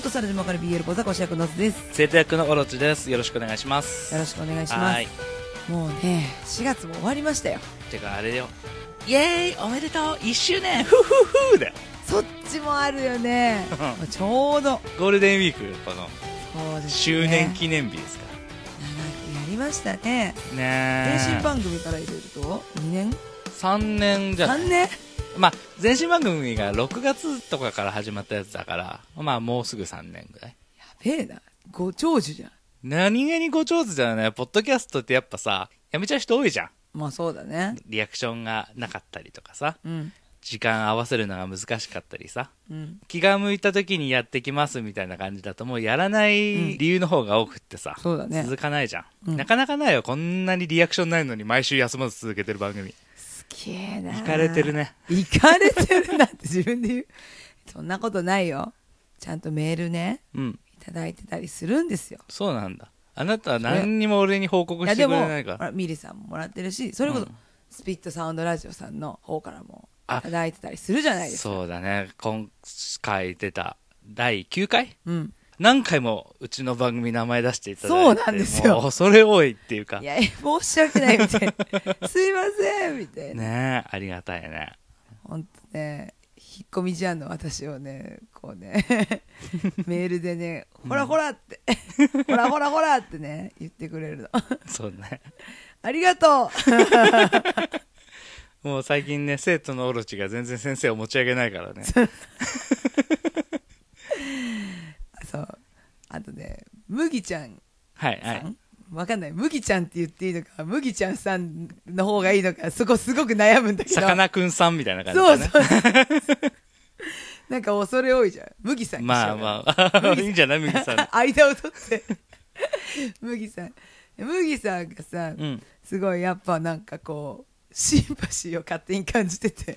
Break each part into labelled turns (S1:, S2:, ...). S1: とさらにもわかる BL 講座ご主役のずです
S2: 生徒役のオロチですよろしくお願いします
S1: よろしくお願いしま
S2: は
S1: す
S2: い
S1: もうね4月も終わりましたよ
S2: てかあれよイエーイおめでとう1周年ふふふで
S1: そっちもあるよ ねもうちょうど
S2: ゴールデンウィークこの
S1: そうですね
S2: 周年記念日ですか
S1: 長くやりましたね
S2: らね
S1: 電信
S2: え
S1: 番組から入れると2年
S2: 3年じゃない
S1: 3年
S2: まあ前身番組が6月とかから始まったやつだからまあもうすぐ3年ぐらい
S1: やべえなご長寿じゃん
S2: 何気にご長寿じゃないポッドキャストってやっぱさやめちゃう人多いじゃん
S1: まあそうだね
S2: リアクションがなかったりとかさ
S1: うん
S2: 時間合わせるのが難しかったりさ
S1: うん
S2: 気が向いた時にやってきますみたいな感じだともうやらない理由の方が多くってさ、
S1: そうだね
S2: 続かないじゃん、
S1: うん
S2: なかなかないよこんなにリアクションないのに毎週休まず続けてる番組
S1: すげえな
S2: イかれてるね
S1: 行かれてるなんて自分で言う。そんなことないよ。ちゃんとメールね、
S2: うん
S1: いただいてたりするんですよ。
S2: そうなんだあなたは何にも俺に報告して
S1: で
S2: くれないから
S1: あミリさんももらってるし、それこそ、
S2: うん
S1: スピットサウンドラジオさんの方からも、
S2: あ
S1: いただいてたりするじゃないですか。
S2: そうだね今回出た第9回
S1: うん。
S2: 何回もうちの番組名前出していただいて
S1: そうなんですよ
S2: もう恐れ多いっていうか
S1: い
S2: ね
S1: や、申し訳ないみたい な。すいませんみたいな。
S2: えありがたいね
S1: ほんとね、引っ込みじゃんの私をね、こう ね、メールでね、ほらほらって、ほらほらほらってね、言ってくれるの。
S2: そうね
S1: ありがとう
S2: もう最近ね生徒のオロチが全然先生を持ち上げないからね
S1: そうあとね麦ちゃん
S2: はい
S1: さ
S2: は
S1: ん、
S2: い
S1: わかんない麦ちゃんって言っていいのか麦ちゃんさんの方がいいのかそこすごく悩むんだけど
S2: さかなクンさんみたいな感じ
S1: そ
S2: だ
S1: う
S2: ね
S1: そうなんか恐れ多いじゃん麦さんにしよう
S2: まあまあいいんじゃない麦さん
S1: 間を取って麦さん麦さんがさ、
S2: うん
S1: すごいやっぱなんかこうシンパシーを勝手に感じて て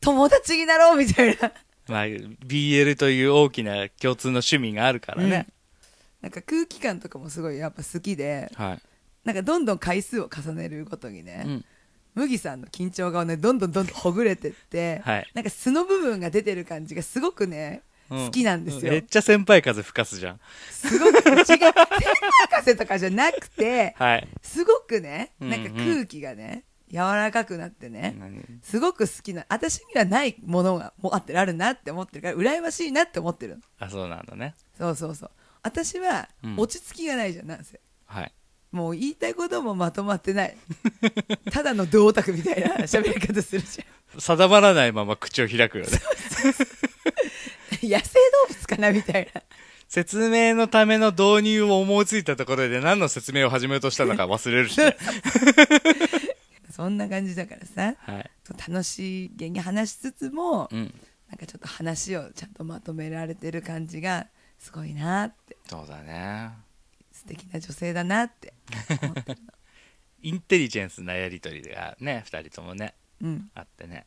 S1: 友達になろうみたいな
S2: まあ BL という大きな共通の趣味があるからね、
S1: なんか空気感とかもすごいやっぱ好きで
S2: はい、
S1: なんかどんどん回数を重ねるごとにね、
S2: うん
S1: 麦さんの緊張がねどんどんどんどんほぐれてって、
S2: はい
S1: なんか素の部分が出てる感じがすごくね、
S2: う
S1: 好きなんですよ、
S2: めっちゃ先輩風吹かすじゃん
S1: すごく違う天然風とかじゃなくて
S2: はい
S1: すごくねなんか
S2: うんうん
S1: 空気がね柔らかくなってね、
S2: 何
S1: すごく好きな私にはないものがもうあってあるなって思ってるから羨ましいなって思ってるの
S2: あそうなんだね
S1: そうそうそう私は
S2: うん
S1: 落ち着きがないじゃんなんせ
S2: はい
S1: もう言いたいこともまとまってない ただの銅オタクみたいな喋り方するじ
S2: 定まらないまま口を開くよね
S1: ゃん野生動物かなみたいな
S2: 説明のための導入を思いついたところで何の説明を始めようとしたのか忘れるし ね、
S1: そんな感じだからさ
S2: はい
S1: 楽しげに話しつつも、
S2: うん、
S1: なんかちょっと話をちゃんとまとめられてる感じがすごいなって
S2: そうだね
S1: 素敵な女性だなって思ってる
S2: インテリジェンスなやり取りがね2人ともね
S1: のうん
S2: あってね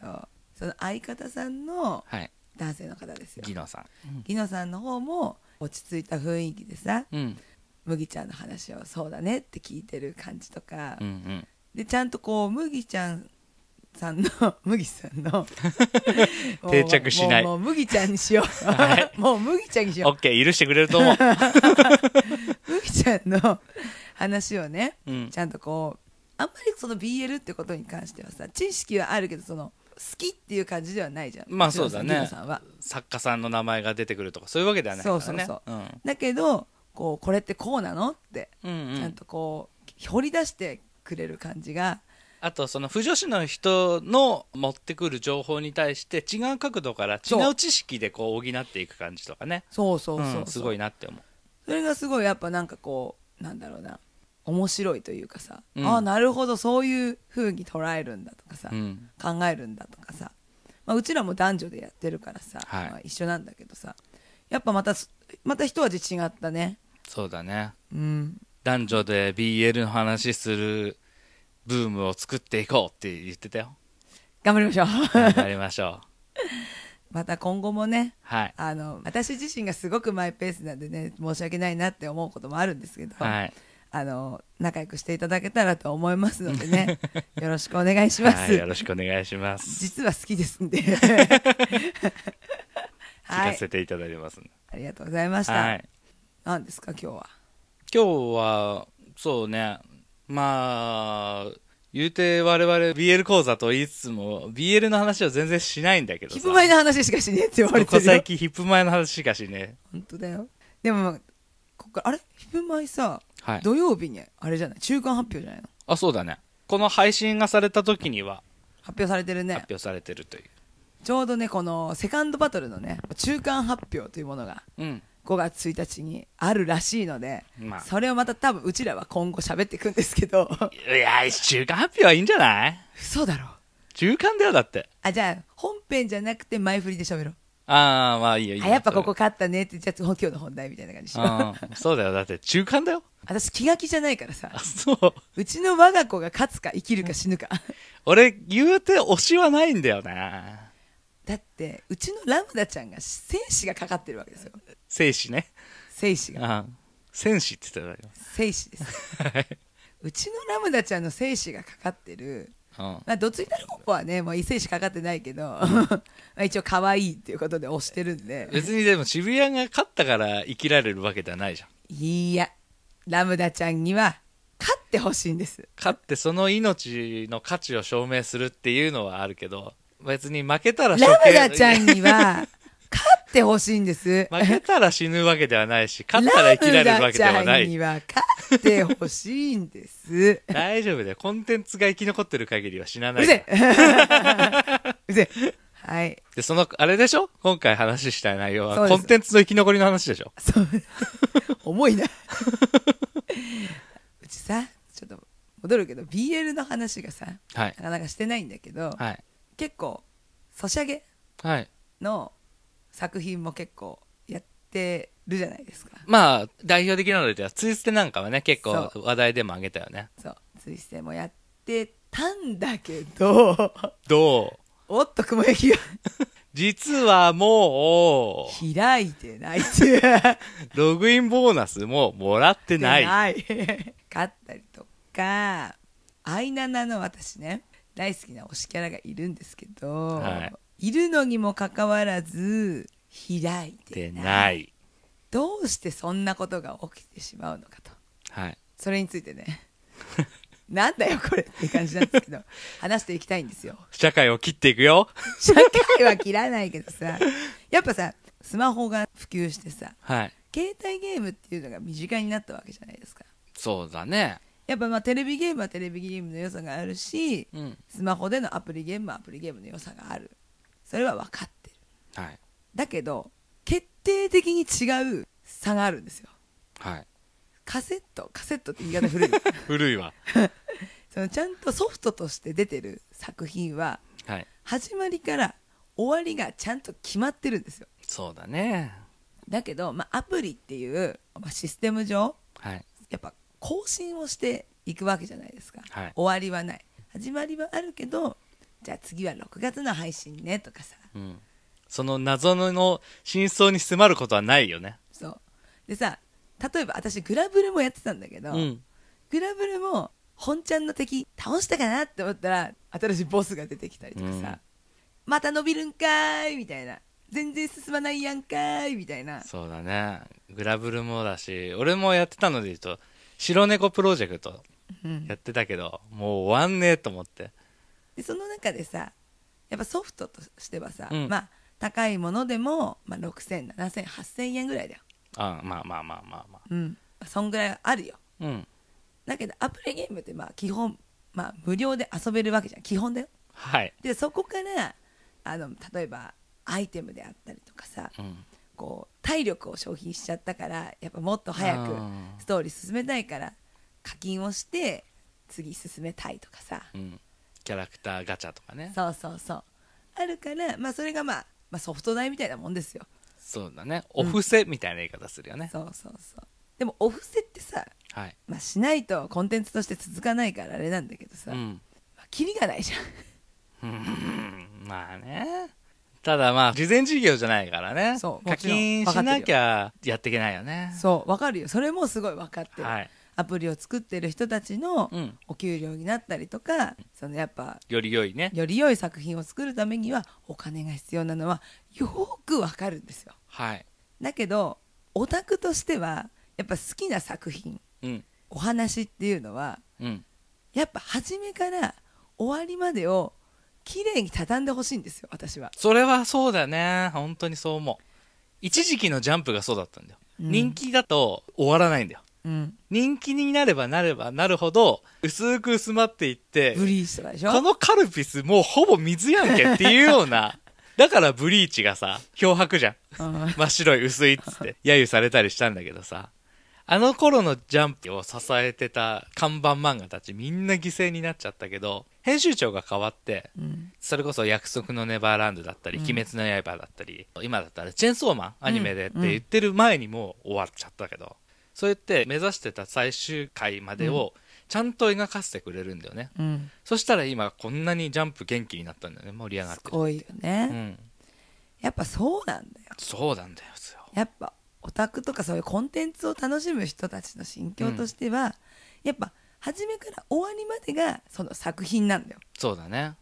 S1: そうその相方さんの
S2: はい
S1: 男性の方ですよ
S2: ギノさん
S1: ギノさんの方も落ち着いた雰囲気でさ
S2: うん、うん
S1: 麦ちゃんの話をそうだねって聞いてる感じとか、
S2: うん
S1: でちゃんとこう麦ちゃんさんの 麦さんのもう
S2: 定着しない
S1: もうもう麦ちゃんにしよう、
S2: は
S1: もう麦ちゃんにし
S2: オ
S1: よ
S2: ッケー許してくれると思う、
S1: う麦ちゃんの話をね
S2: うん
S1: ち、ゃんとこうあんまりその BL ってことに関してはさ知識はあるけどその好きっていう感じではないじゃん
S2: まあそうだね
S1: 藤野さんは
S2: 作家さんの名前が出てくるとかそういうわけではないからね、
S1: そうそうそうだけどこうこれってこうなのって
S2: んうんうん、
S1: ちゃんとこう掘り出してくれる感じが
S2: あとその不女子の人の持ってくる情報に対して違う角度から違
S1: そう
S2: う知識でこう補っていく感じとかね
S1: そうそうそうそう、
S2: ん、すごいなって思う
S1: それがすごいやっぱなんかこうなんだろうな面白いというかさ、
S2: うん
S1: ああなるほどそういう風に捉えるんだとかさ、
S2: うん
S1: 考えるんだとかさ、まあ、うちらも男女でやってるからさ、
S2: はい
S1: まあ一緒なんだけどさやっぱまたすまた一味違ったね
S2: そうだね
S1: うん
S2: 男女で BL の話するブームを作っていこうって言ってたよ
S1: 頑張りましょう
S2: 頑張りましょう
S1: また今後もね
S2: はい
S1: あの私自身がすごくマイペースなんでね申し訳ないなって思うこともあるんですけど、
S2: はい
S1: あの仲良くしていただけたらと思いますのでね よろしくお願いします、
S2: はい、よろしくお願いします。
S1: 実は好きですんで はい
S2: かせていただいてますんで、
S1: ありがとうございました。
S2: はい、
S1: 何ですか、今日は。
S2: 今日はそうねまあ言うて我々 BL 講座と言いつつも BL の話は全然しないんだけどさ
S1: ヒップマイの話しかしねえって言われて
S2: ここ
S1: るよ
S2: 最。近ヒップ前の話しかしね
S1: 本当だよ。でも、こっから、あれヒップマイさ、
S2: はい
S1: 土曜日に、あれじゃない中間発表じゃないの
S2: あそうだねこの配信がされた時には
S1: 発表されてる
S2: 発
S1: ね。
S2: 表されてるという、
S1: ちょうどね、このセカンドバトルのね、中間発表というものが、
S2: うん
S1: 5月1日にあるらしいので、
S2: まあ
S1: それをまた多分うちらは今後喋っていくんですけど、
S2: いや中間発表はいいんじゃない
S1: 嘘だろ。
S2: 中間だよだって
S1: あ、じゃあ、本編じゃなくて前振りで喋ろう。
S2: ああまあいいよいいよ
S1: あ、やっぱここ勝ったねって、じゃあ今日の本題みたいな感じしよう。
S2: あーそうだよだって中間だよ
S1: 私気が気じゃないからさ
S2: あ、そう
S1: うちの我が子が勝つか生きるか死ぬか。
S2: 俺言うて推しはないんだよな
S1: だって、うちのラムダちゃんが戦士がかかってるわけですよ。
S2: 生死ね
S1: 戦士が。
S2: あ戦士って言って
S1: 戦士です。
S2: たよはいう
S1: ちのラムダちゃんの戦士がかかってる。
S2: うん
S1: まあ、どついたコッポはね、もう異性しかかってないけど、 まあ一応可愛いっていうことで押してるんで。
S2: 別にでも渋谷が勝ったから生きられるわけではないじゃん
S1: いや、ラムダちゃんには勝ってほしいんです。
S2: 勝ってその命の価値を証明するっていうのはあるけど別に負けたら
S1: ラ
S2: 処
S1: ム
S2: 刑
S1: ダちゃんには勝ってほしいん です。
S2: 負けたら死ぬわけではないし勝ったら生きられるわけでは
S1: ラムダ
S2: な
S1: ちゃんに
S2: い
S1: は 勝ってほしいん です。
S2: 大丈夫だよコンテンツが生き残ってる限りは死な
S1: う
S2: ない
S1: るせえ。うるせえ。はい。
S2: で、その、あれでしょ今回話したい内容
S1: そう
S2: は、
S1: で
S2: コ
S1: す
S2: ンテンツの生き残りの話でしょ
S1: そう。 重いな。 うちさ、ちょっと戻るけど、BL の話がさ、
S2: はい
S1: な。かなかしてないんだけど、
S2: はい。
S1: 結構、ソシャゲ
S2: はい。
S1: の作品も結構やってるじゃないですか。
S2: まあ、代表的なので言ったら、ツイステなんかはね、結構
S1: そ
S2: 話題でもあげたよね。
S1: そう。ツイステもやってたんだけ ど、
S2: どう
S1: おっと雲行きが
S2: 実はも
S1: 開いてないっていう。開
S2: う、 ログインボーナスももらってない。
S1: ない。 勝ったりとか、アイナナの私ね、大好きな推しキャラがいるんですけど、、
S2: はい
S1: るのにもかかわらず、開い
S2: で
S1: てない。
S2: ない。
S1: どうしてそんなことが起きてしまうのかと。
S2: はい。
S1: それについてね、 なんだよこれって感じなんですけ ど、話していきたいんですよ。
S2: 社会を切っていくよ。
S1: 社会は切らないけどさ、やっぱさ、スマホが普及してさ、
S2: はい。
S1: 携帯ゲームっていうのが身近になったわけじゃないですか
S2: そうだね。
S1: やっぱまあテレビゲームはテレビゲームの良さがあるし、
S2: うん。
S1: スマホでのアプリゲームはアプリゲームの良さがあるそれは分かってる
S2: はい。
S1: だけど決定的に違う差があるんですよ
S2: はい。
S1: カセットカセットって言い方古い
S2: 古いわ。
S1: そのちゃんとソフトとして出てる作品は
S2: はい。
S1: 始まりから終わりがちゃんと決まってるんですよ
S2: そうだね。
S1: だけど、まあ、アプリっていう、まあ、システム上
S2: はい。
S1: やっぱ更新をしていくわけじゃないですか、
S2: はい
S1: 終わりはない始まりはあるけどじゃあ次は6月の配信ねとかさ
S2: うん。その謎の真相に迫ることはないよね。
S1: そうでさ例えば私グラブルもやってたんだけど、
S2: うん。
S1: グラブルも本ちゃんの敵倒したかなって思ったら新しいボスが出てきたりとかさ、
S2: うん
S1: また伸びるんかーいみたいな全然進まないやんかーいみたいな
S2: そうだねグラブルもだし俺もやってたので言うと白猫プロジェクト
S1: うん
S2: やってたけど、もう終わんねえと思って
S1: でその中でさやっぱソフトとしてはさ、
S2: うん
S1: まあ高いものでも、まあ、600070008000円ぐらいだよ
S2: あまあまあまあまあまあ
S1: うんそんぐらいあるよ
S2: うん
S1: だけどアプリゲームってまあ基本、まあ、無料で遊べるわけじゃん基本だよ
S2: はい、
S1: でそこからあの例えばアイテムであったりとかさ
S2: うん、
S1: こう体力を消費しちゃったからやっぱもっと早く
S2: あー
S1: ストーリー進めたいから課金をして次進めたいとかさ
S2: うん、キャラクターガチャとかね
S1: そうそうそうあるから、まあ、それが、まあ、まあソフト代みたいなもんですよ
S2: そうだねお布施みたいな言い方するよね、
S1: そうそうそうでもお布施ってさ、
S2: はい、
S1: まあ、しないとコンテンツとして続かないからあれなんだけどさ、
S2: うん、
S1: まあ、キリがないじゃん
S2: うんまあねただまあ事前事業じゃないからね
S1: そう
S2: 課
S1: もちろん
S2: 金しなきゃやっていけないよね
S1: そう、わかるよ。それもすごい分かってる。
S2: はい
S1: アプリを作ってる人たちの
S2: うん
S1: お給料になったりとかそのやっぱ
S2: より良いね
S1: より良い作品を作るためにはお金が必要なのはよーくわかるんですよ
S2: はい
S1: だけどオタクとしてはやっぱ好きな作品
S2: うん
S1: お話っていうのは
S2: うん
S1: やっぱ初めから終わりまでを綺麗に畳んでほしいんですよ私は
S2: それはそうだね本当にそう思う一時期のジャンプがそうだったんだよ、
S1: うん
S2: 人気だと終わらないんだよ
S1: うん
S2: 人気になればなればなるほど薄く薄まっていって
S1: ブリーチとかでしょ
S2: このカルピスもうほぼ水やんけっていうよう なだからブリーチがさ漂白じゃん
S1: うん
S2: 真っ白い薄いっつって揶揄されたりしたんだけどさあの頃のジャンプを支えてた看板漫画たちみんな犠牲になっちゃったけど編集長が変わって
S1: うん
S2: それこそ約束のネバーランドだったり、
S1: うん
S2: 鬼滅の刃だったり今だったらチェンソーマンアニメでって言ってる前にもう終わっちゃったけど、そうやって目指してた最終回までをちゃんと描かせてくれるんだよね、
S1: うん
S2: そしたら今こんなにジャンプ元気になったんだよね盛り上がっ
S1: す
S2: て
S1: ごいよ
S2: う
S1: ね
S2: ん、
S1: やっぱそうなんだよ
S2: そうなんだよ
S1: やっぱオタクとかそういうコンテンツを楽しむ人たちの心境としては、やっぱ初めから終わりまでがその作品なんだよ
S2: そうだね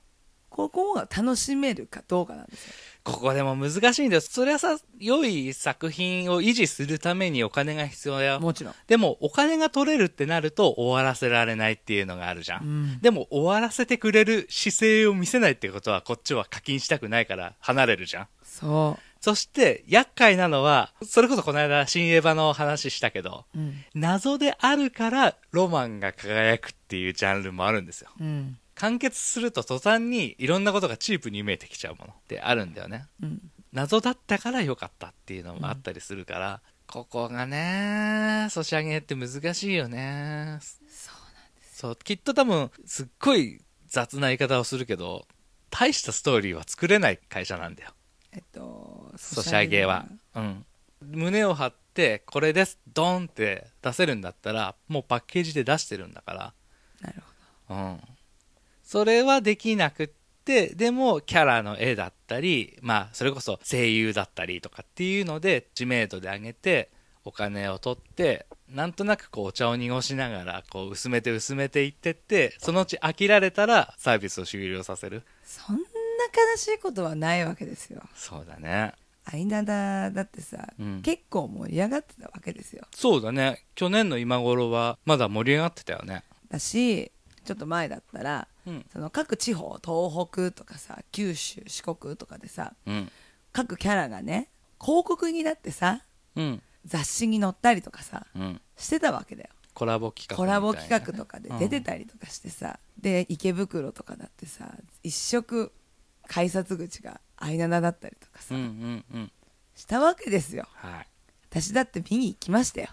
S1: ここが楽しめるかどうかなんですよ
S2: ここでも難しいんだよ。それはさ、良い作品を維持するためにお金が必要だよ。
S1: もちろん、
S2: でも、お金が取れるってなると終わらせられないっていうのがあるじゃん。
S1: うん
S2: でも、終わらせてくれる姿勢を見せないってことは、こっちは課金したくないから離れるじゃん。
S1: そ
S2: そして、厄介なのは、それこそこの間、新エヴァの話したけど、
S1: ううん
S2: 謎であるから、ロマンが輝くっていうジャンルもあるんですよ。
S1: うん
S2: 完結すると途端にいろんなことがチープに見えてきちゃうものってあるんだよね。
S1: うん
S2: 謎だったから良かったっていうのもあったりするから、ここがねソシャゲって難しいよ
S1: そうなんで
S2: ね
S1: す
S2: そうきっと多分すっごい雑な言い方をするけど大したストーリーは作れない会社なんだよ
S1: えっと
S2: ソシャゲはうん胸を張ってこれですドンって出せるんだったらもうパッケージで出してるんだから
S1: なるほ
S2: うん、それはできなくってでもキャラの絵だったり、まあ、それこそ声優だったりとかっていうので知名度で上げてお金を取ってなんとなくこうお茶を濁しながらこう薄めて薄めていってってそのうち飽きられたらサービスを終了させる
S1: どそんな悲しいことはないわけですよ
S2: そうだね
S1: アイナダだってさ、
S2: うん
S1: 結構盛り上がってたわけですよ
S2: そうだね去年の今頃はまだ盛り上がってたよね
S1: だしちょっと前だったら
S2: うん
S1: その各地方東北とかさ九州四国とかでさ
S2: うん
S1: 各キャラがね広告になってさ
S2: うん
S1: 雑誌に載ったりとかさ
S2: うん
S1: してたわけだよ
S2: コラボ企画
S1: コ
S2: みた
S1: ラ
S2: いな
S1: ボ企画とかで出てたりとかしてさ、で池袋とかだってさ一色改札口がアイナナだったりとかさ、
S2: うんうんうん
S1: したわけですよ
S2: はい
S1: 私だって見に行きましたよ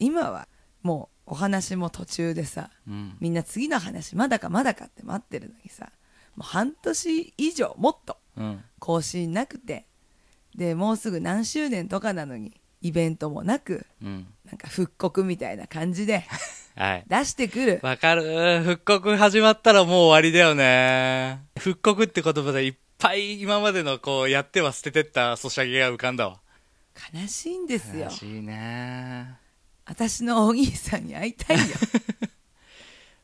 S1: 今はもうお話も途中でさ
S2: うん
S1: みんな次の話まだかまだかって待ってるのにさもう半年以上もっと
S2: うん
S1: 更新なくてでもうすぐ何周年とかなのにイベントもなく
S2: うん
S1: なんか復刻みたいな感じ で
S2: はい
S1: 出してくる
S2: わかる。復刻始まったらもう終わりだよね。復刻って言葉でいっぱい今までのこうやっては捨ててったソシャゲが浮かんだわ。
S1: 悲しいんですよ
S2: 悲しいね。
S1: 私のお兄さんに会いたい よ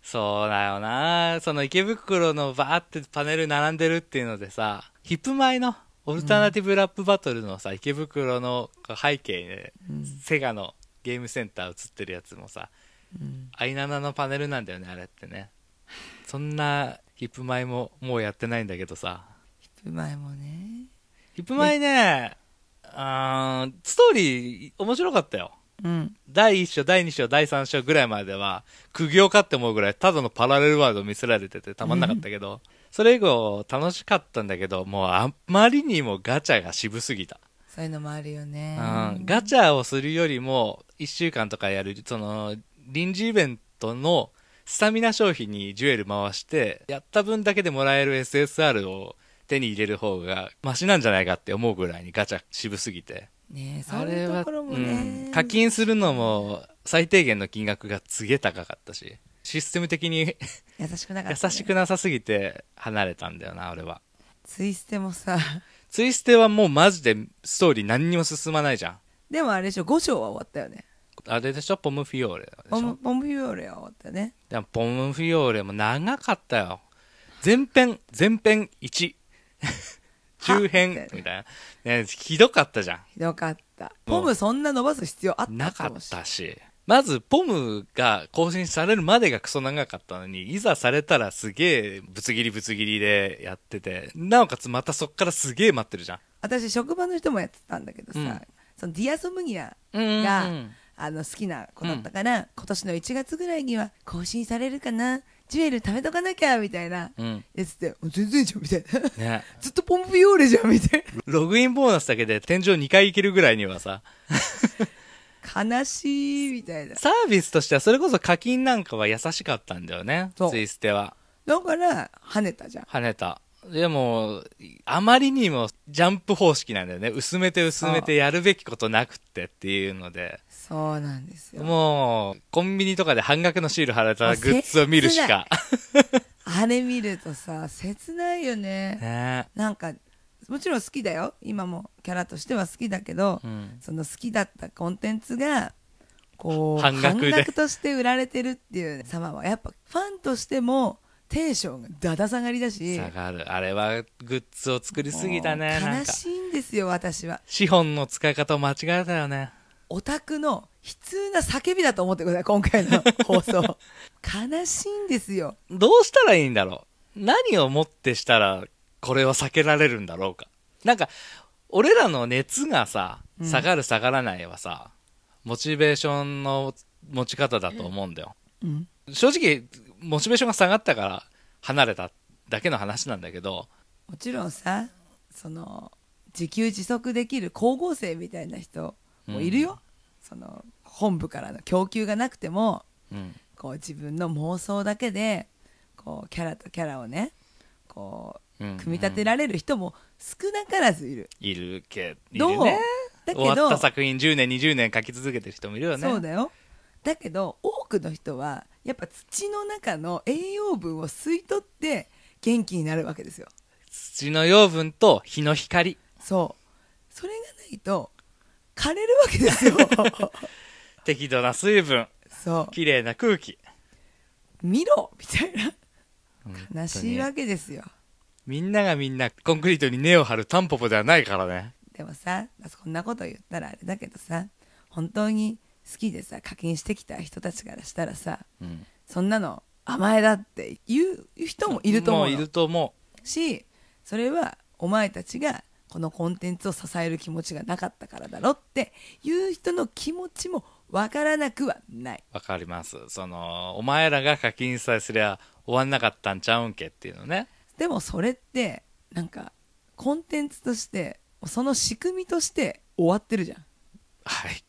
S2: そうだよな。その池袋のバーってパネル並んでるっていうのでさ、ヒップ前のオルタナティブラップバトルのさ、池袋の背景にね、
S1: うん
S2: セガのゲームセンター映ってるやつもさ、
S1: うん、
S2: i7 のパネルなんだよね、あれってね。そんなヒップ前ももうやってないんだけどさ。
S1: ヒップ前もね
S2: ヒップマイね、あーストーリー面白かったよ。
S1: うん
S2: 第1章、第2章、第3章ぐらいまでは、苦行かって思うぐらい、ただのパラレルワールド見せられててたまんなかったけど、それ以後楽しかったんだけど、もうあまりにもガチャが渋すぎた。
S1: そういうのもあるよ
S2: う
S1: ね
S2: ん、ガチャをするよりも、1週間とかやる、その、臨時イベントのスタミナ消費にジュエル回して、やった分だけでもらえる SSR を手に入れる方が、マシなんじゃないかって思うぐらいにガチャ渋すぎて。
S1: ねえそ
S2: あ
S1: う
S2: れ
S1: いう
S2: は、
S1: ところもね、
S2: うん課金するのも最低限の金額がすげえ高かったし、システム的に
S1: 優しくなかった、ね、
S2: 優しくなさすぎて離れたんだよな、俺は。
S1: ツイステも さ
S2: ツイステはもうマジでストーリー何にも進まないじゃん。
S1: でもあれでしょ5章は終わったよね
S2: あれでしょポムフィオーレで
S1: ポ
S2: し
S1: ム
S2: ょ
S1: ポムフィオーレよってね
S2: でもポムフィオーレも長かったよ前編前編1 中編みたいな、ね、ひどかったじゃん
S1: ひどかった
S2: も
S1: ポ
S2: う
S1: ムそんな伸ばす必要あった
S2: なか
S1: も
S2: っ
S1: しれ
S2: たしまずポムが更新されるまでがクソ長かったのにいざされたらすげえぶつ切りぶつ切りでやっててなおかつまたそっからすげえ待ってるじゃん
S1: 私職場の人もやってたんだけどさ、
S2: うん
S1: そのディアソムニア
S2: が
S1: が、あの好きな子だったから、今年の1月ぐらいには更新されるかなジュエル貯めとかなきゃみたいな
S2: うん
S1: やつって全然じゃんみたいな
S2: ね、
S1: ずっとポンプヨーレじゃんみたい
S2: ログインボーナスだけで天井2回行けるぐらいにはさ
S1: な悲しいみたいな
S2: サービスとしてはそれこそ課金なんかは優しかったんだよね
S1: そう
S2: ツイステは
S1: だから跳ねたじゃん
S2: 跳ねたでもあまりにもジャンプ方式なんだよね薄めて薄めてやるべきことなくってっていうので
S1: そうなんですよ
S2: もう、コンビニとかで半額のシール貼られたグッズを見るしか。
S1: あれ見るとさ切ないよね
S2: ね
S1: なんかもちろん好きだよ今もキャラとしては好きだけど、
S2: うん
S1: その好きだったコンテンツがこう
S2: 半額で
S1: として売られてるっていう様はやっぱファンとしてもテンションがだだ下がりだし
S2: 下がる。あれはグッズを作りすぎたね。
S1: もう
S2: なん
S1: 悲
S2: か。
S1: しいんですよ私は
S2: 資本の使い方を間違えたよね。
S1: オタクの悲痛な叫びだと思ってください今回の放 送悲しいんですよ
S2: どうしたらいいんだろう。何をもってしたら、これは避けられるんだろうか。なんか、俺らの熱がさ、
S1: うん
S2: 下がる下がらないはさ、モチベーションの持ち方だと思うんだよ。
S1: うん
S2: 正直、モチベーションが下がったから離れただけの話なんだけど、
S1: もちろんさその自給自足できる光合成みたいな人もいるよ、その本部からの供給がなくても
S2: うん。
S1: こう自分の妄想だけでこうキャラとキャラをねこ
S2: うんう
S1: うん組み立てられる人も少なからずいる。
S2: いるけど、い
S1: ど
S2: る
S1: う
S2: ね
S1: だけ
S2: 終わった
S1: ど
S2: 作品10年20年書き続けてる人もいるよね
S1: そうだよだけど多くの人はやっぱ土の中の栄養分を吸い取って元気になるわけですよ。
S2: 土の養分と日の光
S1: そうそれがないと枯れるわけです よ。
S2: 適度な水分
S1: そう
S2: 綺麗な空気
S1: 見ろみたいな悲
S2: 本
S1: しい
S2: 当に
S1: わけですよ。
S2: みんながみんなコンクリートに根を張るタンポポではないからね
S1: でもさこんなこと言ったらあれだけどさ本当に好きでさ課金してきた人たちからしたらさ
S2: うん
S1: そんなの甘えだって言う人もいると思う
S2: も
S1: の
S2: いると思
S1: しそれはお前たちがこのコンテンツを支える気持ちがなかったからだろっていう人の気持ちもわからなくはないう
S2: わかりますそのお前らが課金さえすりゃ終わんなかったんちゃうんけっていうのね
S1: でもそれってなんかコンテンツとしてその仕組みとして終わってるじゃん
S2: はい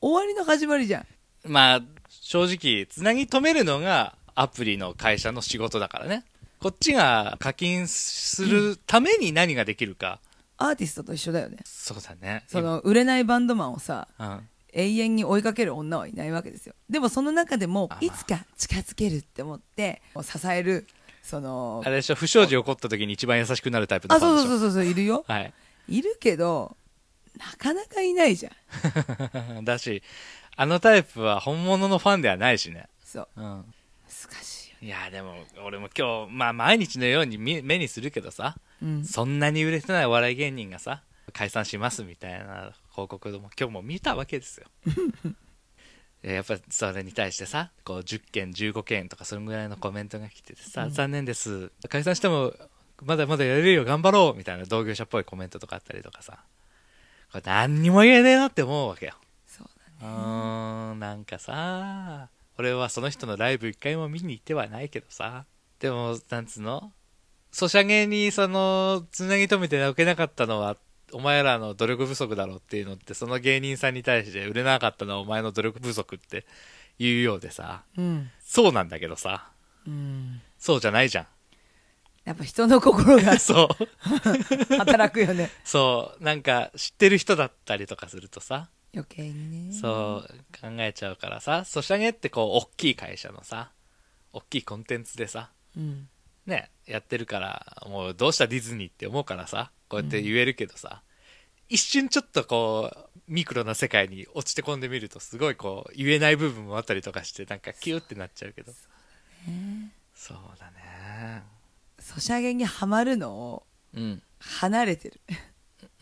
S1: 終わりの始まりじゃん
S2: まあ正直つなぎ止めるのがアプリの会社の仕事だからねこっちが課金するために何ができるか、
S1: アーティストと一緒だよね
S2: そうだね
S1: その売れないバンドマンをさ
S2: うん、
S1: 永遠に追いかける女はいないわけですよでもその中でも
S2: あまあ
S1: いつか近づけるって思ってもう支えるその
S2: あれでしょ不祥事起こった時に一番優しくなるタイプの
S1: あ
S2: ファン
S1: そう
S2: でしょ
S1: そうそうそういるよ
S2: はい
S1: いるけどなかなかいないじゃん
S2: だしあのタイプは本物のファンではないしね
S1: そう
S2: うん
S1: 難しいよ
S2: いやでも俺も今日まあ毎日のように見目にするけどさ、
S1: うん
S2: そんなに売れてないお笑い芸人がさ解散しますみたいな広告も今日も見たわ けですよえやっぱそれに対してさこう10件15件とかそのぐらいのコメントが来ててさ、残念です解散してもまだまだやれるよ頑張ろうみたいな同業者っぽいコメントとかあったりとかさこれ何にも言えねえなって思うわけよ
S1: そうだね
S2: うーんなんかさ俺はその人のライブ一回も見に行ってはないけどさでもなんつうのソシャゲにそのつなぎ止めておけなかったのはお前らの努力不足だろっていうのってその芸人さんに対して売れなかったのはお前の努力不足って言うようでさ
S1: うん
S2: そうなんだけどさ
S1: うん
S2: そうじゃないじゃ
S1: やっぱ人の心が
S2: んそう
S1: 働くよね
S2: そうなんか知ってる人だったりとかするとさ
S1: 余計にね
S2: そう考えちゃうからさソシャゲってこう大きい会社のさ大きいコンテンツでさ
S1: うん
S2: ねやってるからもうどうしたディズニーって思うからさこうやって言えるけどさ、一瞬ちょっとこうミクロな世界に落ちて込んでみるとすごいこう言えない部分もあったりとかしてなんかキューってなっちゃうけどそうだね
S1: ソシャゲにはまるのを
S2: うん、
S1: 離れてる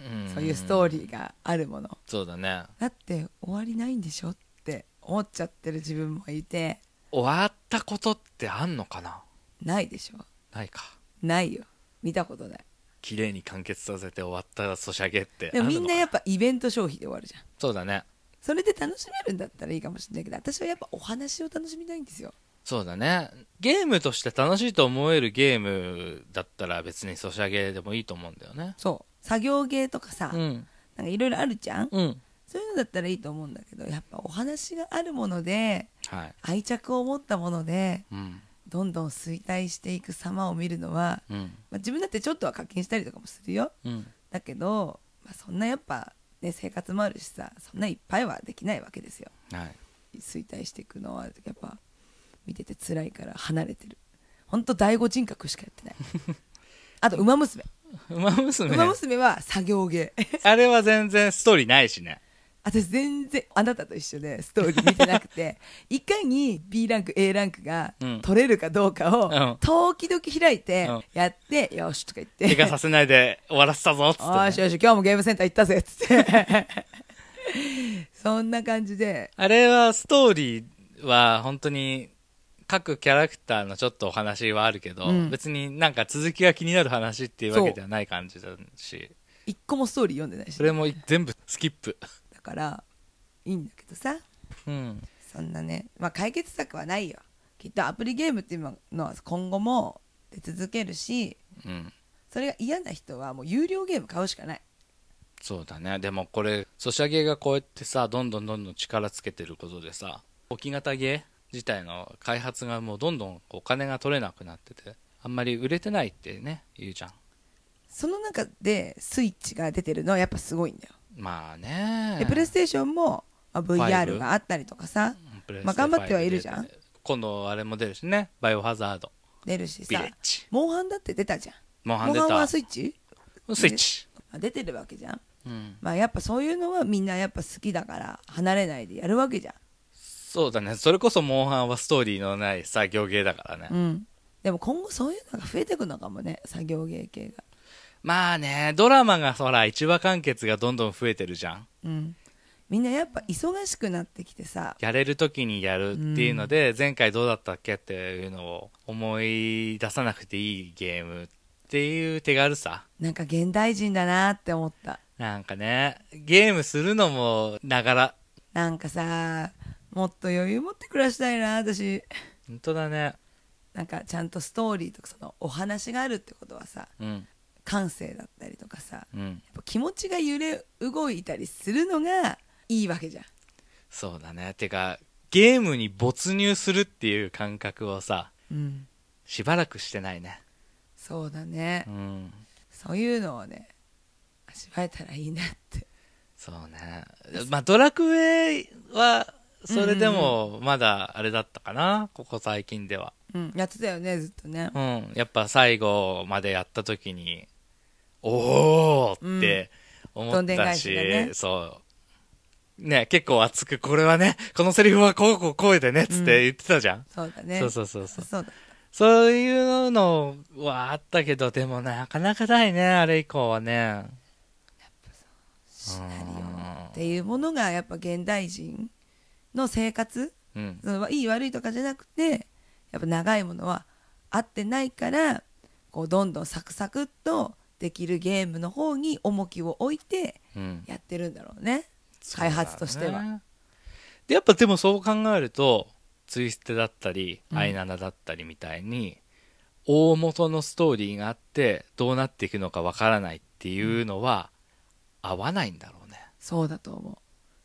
S2: うん
S1: そういうストーリ
S2: ー
S1: ーがあるもの
S2: そうだね
S1: だって終わりないんでしょって思っちゃってる自分もいて
S2: 終わったことってあんのかな
S1: ないでしょ
S2: ないか
S1: ないよ見たことない
S2: 綺麗に完結させて終わったソシャゲってあ
S1: で
S2: るの
S1: も
S2: か
S1: みんなやっぱイベント消費で終わるじゃん
S2: そうだね
S1: それで楽しめるんだったらいいかもしれないけど私はやっぱお話を楽しみたいんですよ
S2: そうだねゲームとして楽しいと思えるゲームだったら別にソシャゲでもいいと思うんだよね
S1: そう作業系とかさ、
S2: うん
S1: なんかいろいろあるじゃん、
S2: うん
S1: そういうのだったらいいと思うんだけどやっぱお話があるもので
S2: はい
S1: 愛着を持ったもので
S2: うん
S1: どんどん衰退していく様を見るのは、
S2: うん
S1: まあ、自分だってちょっとは課金したりとかもするよ
S2: うん
S1: だけど、まあ、そんなやっぱ、ね、生活もあるしさそんないっぱいはできないわけですよ
S2: はい
S1: 衰退していくのはやっぱ見てて辛いから離れてるほんと第五人格しかやってない あと「ウマ娘」
S2: ウマ
S1: 「
S2: 娘
S1: ウマ娘」は作業芸
S2: あれは全然ストーリーないしね
S1: 私全然あなたと一緒でストーリー見てなくて いかに B ランク A ランクが
S2: うん
S1: 取れるかどうか
S2: うん
S1: を時々開いて
S2: うん
S1: やって「よし」とか言って
S2: 怪我させないで終わらせたぞっつってね、
S1: よしよし今日もゲームセンター行ったぜっつって そんな感じで
S2: あれはストーリーは本当に各キャラクターのちょっとお話はあるけど、
S1: うん
S2: 別になんか続きが気になる話っていうわけではない感じだし
S1: 一個もストーリー読んでないし
S2: それも全部スキップ
S1: だからいいんだけどさ
S2: うん
S1: そんなねまあ解決策はないよきっとアプリゲームっていうのは今後も出続けるし
S2: うん
S1: それが嫌な人はもう有料ゲーム買うしかない
S2: そうだねでもこれソシャゲがこうやってさどんどんどんどん力つけてることでさ置き型ゲー自体の開発がもうどんどんお金が取れなくなっててあんまり売れてないってね言うじゃん
S1: その中でスイッチが出てるのはやっぱすごいんだよ、
S2: まあね
S1: でプレイステーションも、まあ、
S2: ファイ
S1: VR
S2: ブ
S1: があったりとかさ
S2: プレステ
S1: まあ頑張ってはいるじゃん
S2: ファイブで今度あれも出るしねバイオハザード
S1: 出るし
S2: ビレ
S1: さ
S2: ッジ
S1: モンハンだって出たじゃん
S2: モンハン
S1: モン
S2: 出
S1: ハン
S2: た
S1: は
S2: ス
S1: スイッチ
S2: イッチ、
S1: まあ出てるわけじゃん
S2: うん、
S1: まあやっぱそういうのはみんなやっぱ好きだから離れないでやるわけじゃん
S2: そうだねそれこそモンハンはストーリーのない作業ゲーだからね、
S1: うん、でも今後そういうのが増えてくのかもね作業芸系が、
S2: まあねドラマがほら一話完結がどんどん増えてるじゃん
S1: うん、みんなやっぱ忙しくなってきてさ
S2: やれる時にやるっていうので、前回どうだったっけっていうのを思い出さなくていいゲームっていう手軽さ
S1: なんか現代人だなって思った
S2: なんかねゲームするのもながら
S1: なんかさもっと余裕持って暮らしたいな私
S2: 本当だね
S1: なんかちゃんとストーリーとかそのお話があるってことはさ
S2: うん
S1: 感性だったりとかさや
S2: うん
S1: っぱ気持ちが揺れ動いたりするのがいいわけじゃん
S2: そうだねてかゲームに没入するっていう感覚をさ
S1: うん
S2: しばらくしてないね
S1: そうだね、
S2: うん
S1: そういうのをね味わえたらいいなって
S2: そうねまあドラクエはそれでもまだあれだったかなここ最近では
S1: うんやってたよねずっとね
S2: うんやっぱ最後までやった時におーって思
S1: どん
S2: っ
S1: でん
S2: た
S1: 返し
S2: し、
S1: がね
S2: そうね結構熱くこれはねこのセリフはこうこうこうでねっつって言ってたじゃん、
S1: そうだね
S2: そうそうそうそう
S1: そうだ
S2: そういうのはあったけど、でもなかなかないね、あれ以降はね。
S1: シナリオっていうものがやっぱ現代人の生活
S2: うん。
S1: そのいい悪いとかじゃなくてやっぱ長いものは合ってないからこうどんどんサクサクっとできるゲームの方に重きを置いて
S2: うん。
S1: やってるんだろうね開発としては
S2: そうだね。で、やっぱでもそう考えると、ツイステだったり、
S1: うん
S2: アイナナだったりみたいに、大元のストーリーがあって、どうなっていくのかわからないっていうのは、合わないんだろうね。
S1: そうだと思う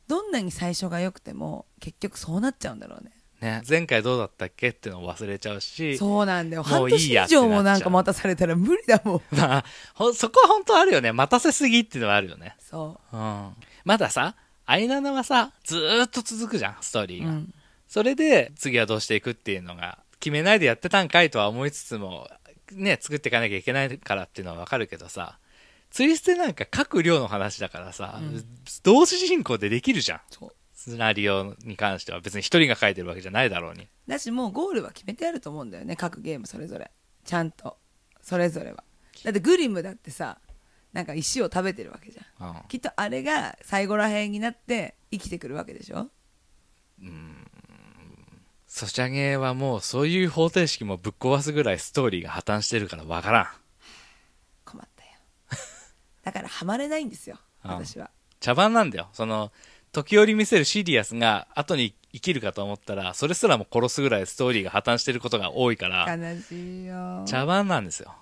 S1: どんなに最初が良くても結局そうなっちゃうんだろうね
S2: ね。前回どうだったっけっていうのを忘れちゃうし、
S1: そうなんだよ
S2: も
S1: 半
S2: うい
S1: 年
S2: いや
S1: 以上もなんか待たされたら無理だもん
S2: まあ、ほんそこは本当あるよね。待たせすぎっていうのはあるよね。
S1: そ
S2: うんまださ、アイナナはさ、ずーっと続くじゃん、ストー
S1: う、
S2: リ
S1: う
S2: ーが。
S1: ん、
S2: それで、次はどうしていくっていうのが、決めないでやってたんかいとは思いつつも、ね、作っていかなきゃいけないからっていうのはわかるけどさ、ツイステなんか各量の話だからさ、
S1: うん
S2: 同時進行でできるじゃん
S1: そう
S2: シナリオに関しては別に一人が書いてるわけじゃないだろうに
S1: だしもうゴールは決めてあると思うんだよね各ゲームそれぞれちゃんとそれぞれはだってグリムだってさなんか石を食べてるわけじゃん
S2: うん
S1: きっとあれが最後らへんになって生きてくるわけでしょ
S2: ソシャゲはもうそういう方程式もぶっ壊すぐらいストーリーが破綻してるからわからん
S1: 困ったよ だからハマれないんですよ
S2: うん
S1: 私は
S2: 茶番なんだよその時折見せるシリアスが後に生きるかと思ったらそれすらも殺すぐらいストーリーが破綻してることが多いから
S1: 悲しいよ
S2: 茶番なんですよ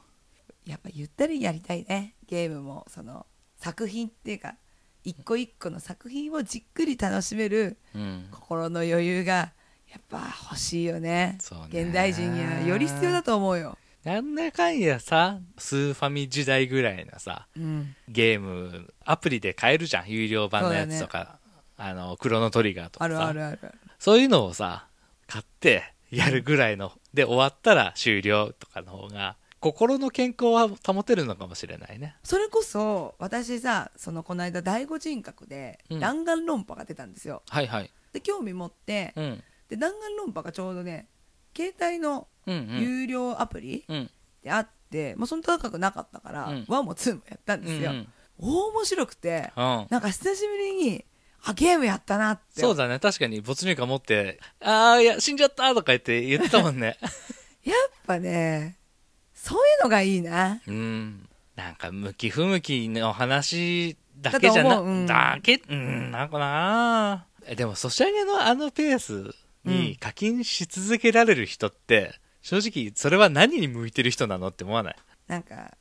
S1: やっぱゆったりやりたいねゲームもその作品っていうか一個一個の作品をじっくり楽しめる
S2: うん
S1: 心の余裕がやっぱ欲しいよね
S2: そうね
S1: 現代人にはより必要だと思うよ、
S2: なんだかんやさスーファミ時代ぐらいのさ
S1: うん、
S2: ゲームアプリで買えるじゃん有料版のやつとか、あのクロノトリガーとか
S1: あ
S2: さ
S1: るあるあるある
S2: そういうのをさ、買ってやるぐらいの、で終わったら終了とかの方が、心の健康は保てるのかもしれないね。
S1: それこそ私さそのこの間第五人格で
S2: うん
S1: 弾丸論破が出たんですよ、
S2: はいはい。
S1: で興味持って
S2: うん。
S1: で弾丸論破がちょうどね携帯の
S2: うんうん。
S1: 有料アプリ
S2: うん。
S1: であって、もうそんな高くなかったから、
S2: うん
S1: 1も2もやったん
S2: う
S1: ですよ、
S2: ん。
S1: 大面白くて
S2: うん。
S1: なんか久しぶりにあゲームやったなって
S2: そうだね。確かに没入感持って、ああ、いや、死んじゃったとか言って言ってたもんね。
S1: やっぱねそういうのがいいな
S2: うん。なんか、向き不向きの話だけじゃ
S1: だ
S2: な、
S1: と思ううん
S2: だけ、うん、なんかなえでも、ソシャゲのあのペースに課金し続けられる人って、正直、それは何に向いてる人なのって思わ ない
S1: なんか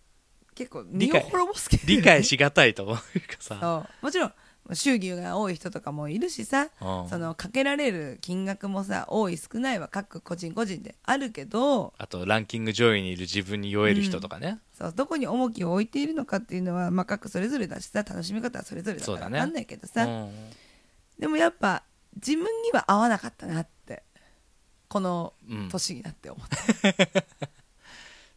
S1: 結構
S2: 理
S1: 身
S2: 解
S1: を滅ぼすけどね
S2: 理解しがたいと思うか さ。
S1: そうもちろん収入が多い人とかもいるしさ、
S2: うん
S1: そのかけられる金額もさ多い少ないは各個人個人であるけど
S2: あと、ランキング上位にいる自分に酔える人とかね。
S1: そうどこに重きを置いているのかっていうのは、まあ、各それぞれだしさ楽しみ方はそれぞれだか
S2: そう
S1: ら
S2: だ
S1: 分
S2: ね
S1: かんないけど
S2: う
S1: さ、
S2: ん。
S1: でもやっぱ自分には合わなかったなってこの
S2: うん
S1: 年になって思 った、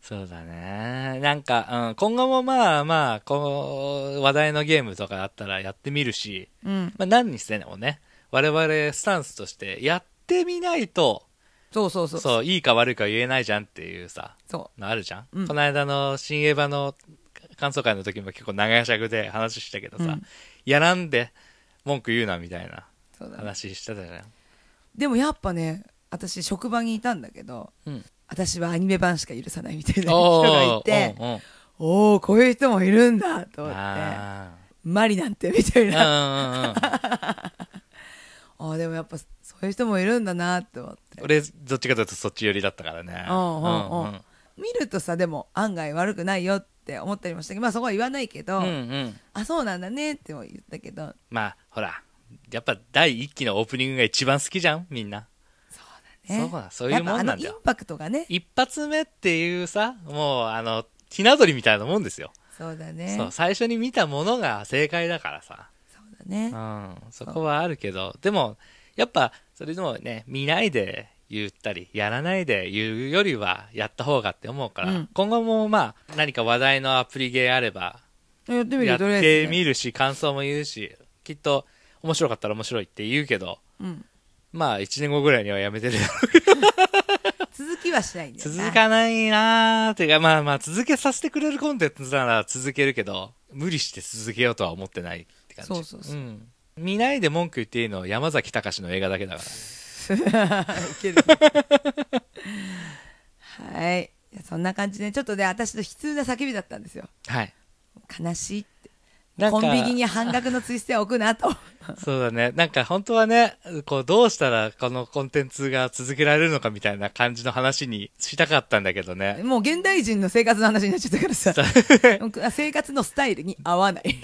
S2: そうだね。なんか、うん、今後もまあまあ、こう、話題のゲームとかあったらやってみるし、
S1: うん、
S2: まあ、何にしてもね、我々スタンスとしてやってみないと、
S1: そうそうそ
S2: そうう
S1: そう
S2: いいか悪いか言えないじゃんっていうさ、のあるじゃん、
S1: うん
S2: この間の新エヴァの感想会の時も結構長尺で話したけどさ、
S1: うん
S2: やらんで文句言うなみたいな
S1: そうだね
S2: 話してたじゃん。
S1: でもやっぱね私職場にいたんだけど
S2: うん。
S1: 私はアニメ版しか許さないみたいな人
S2: おー
S1: がいて
S2: うんうん
S1: おおーこういう人もいるんだと思って
S2: あ
S1: マリなんてみたい
S2: ー
S1: な
S2: うんうんうん
S1: あーでもやっぱそういう人もいるんだなって思って
S2: 俺、どっちかというとそっち寄りだったからね。
S1: うんうんうん
S2: ん
S1: 見るとさでも案外悪くないよって思ったりもしたけどまあそこは言わないけど、
S2: うんうん
S1: あそうなんだねっても言ったけど
S2: まあ、ほら、やっぱ第一期のオープニングが一番好きじゃん、みんな。
S1: ね
S2: そうだそういうもんなんだ
S1: やっぱあ
S2: よ
S1: のインパクトがね
S2: 一発目っていうさ、もう、あの、ひな鳥みたいなもんですよ。
S1: そうだね
S2: そう、最初に見たものが正解だからさ。
S1: そうだね
S2: うん、そこはあるけど、でも、やっぱ、それでもね、見ないで言ったり、やらないで言うよりは、やった方がって思うから、
S1: うん
S2: 今後もまあ、何か話題のアプリゲーあれば、
S1: やってみる
S2: や
S1: よ
S2: っ
S1: とりあえず
S2: て
S1: ね
S2: みるし、感想も言うし、きっと、面白かったら面白いって言うけど、
S1: うん、
S2: まあ、1年後ぐらいにはやめて る。
S1: 続きはしないんだよ
S2: 続
S1: な
S2: かないなーっていうか、まあまあ、続けさせてくれるコンテンツなら続けるけど、無理して続けようとは思ってないって感じ。
S1: そうそうそうん
S2: 見ないで文句言っていいのは山崎隆の映画だけだから。
S1: いけるはいいやそんな感じでちょっとね私の悲痛な叫びだったんですよ
S2: はい。
S1: 悲しいって
S2: なんか
S1: コンビニに半額のツイステを置く なと
S2: そうだね。なんか本当はね、こうどうしたらこのコンテンツが続けられるのかみたいな感じの話にしたかったんだけ どね。
S1: もう現代人の生活の話になっちゃったからさ 生活のスタイルに合わ ない、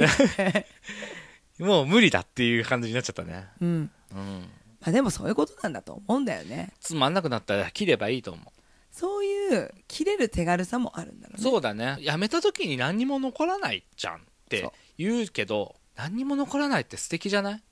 S2: もう無理だっていう感じになっちゃったね。
S1: うん
S2: うん。
S1: まあ、でもそういうことなんだと思うんだよね
S2: つまんなくなったら切ればいいと思
S1: そういう切れる手軽さもあるんだろ
S2: う。
S1: うね
S2: そうだね。やめた時に何にも残らないじゃんって言うけど、何にも残らないって素敵じゃない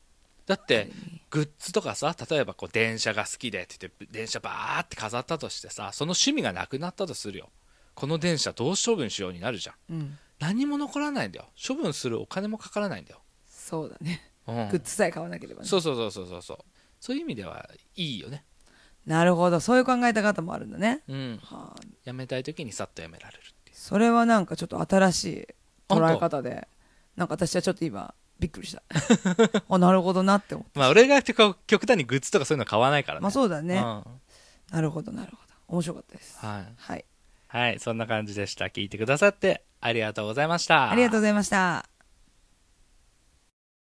S2: だって、グッズとかさ、例えばこう電車が好きでって言って、電車バーって飾ったとしてさ、その趣味がなくなったとするよ。この電車どう処分しようになるじゃん。
S1: うん
S2: 何も残らないんだよ処分するお金もかからないんだよ、
S1: そうだね、
S2: うん
S1: グッズさえ買わなければね
S2: そうそうそうそうそうそうそういう意味ではいいよね
S1: なるほどそういう考えた方もあるんだね、
S2: うん
S1: はあ、
S2: やめたい時にさっとやめられるっていう
S1: それはなんかちょっと新しい捉え
S2: 本
S1: 方でなんか私はちょっと今びっくり したあなるほどなって思っ
S2: まあ俺がこう極端にグッズとかそういうの買わないから
S1: た
S2: ね
S1: まあそうだね、
S2: うん
S1: なるほどなるほど面白かったです
S2: はい
S1: はい
S2: はい、そんな感じでした。聞いてくださってありがとうございました。
S1: ありがとうございました